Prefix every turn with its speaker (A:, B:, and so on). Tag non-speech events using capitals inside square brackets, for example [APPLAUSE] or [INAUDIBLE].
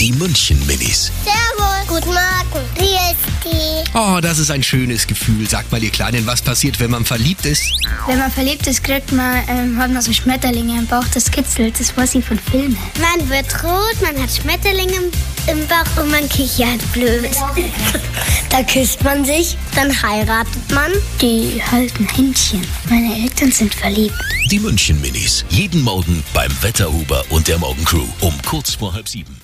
A: Die München Minis.
B: Servus. Guten Morgen. Wie ist die?
A: Oh, das ist ein schönes Gefühl. Sag mal, ihr Kleinen, was passiert, wenn man verliebt ist?
C: Wenn man verliebt ist, kriegt man, ähm, hat man so Schmetterlinge im Bauch, das kitzelt. Das weiß ich von Filmen.
B: Man wird rot, man hat Schmetterlinge im, im Bauch und man kichert blöd. [LAUGHS] da küsst man sich, dann heiratet man.
C: Die halten Händchen. Meine Eltern sind verliebt.
A: Die München Minis. Jeden Morgen beim Wetterhuber und der Morgencrew um kurz vor halb sieben.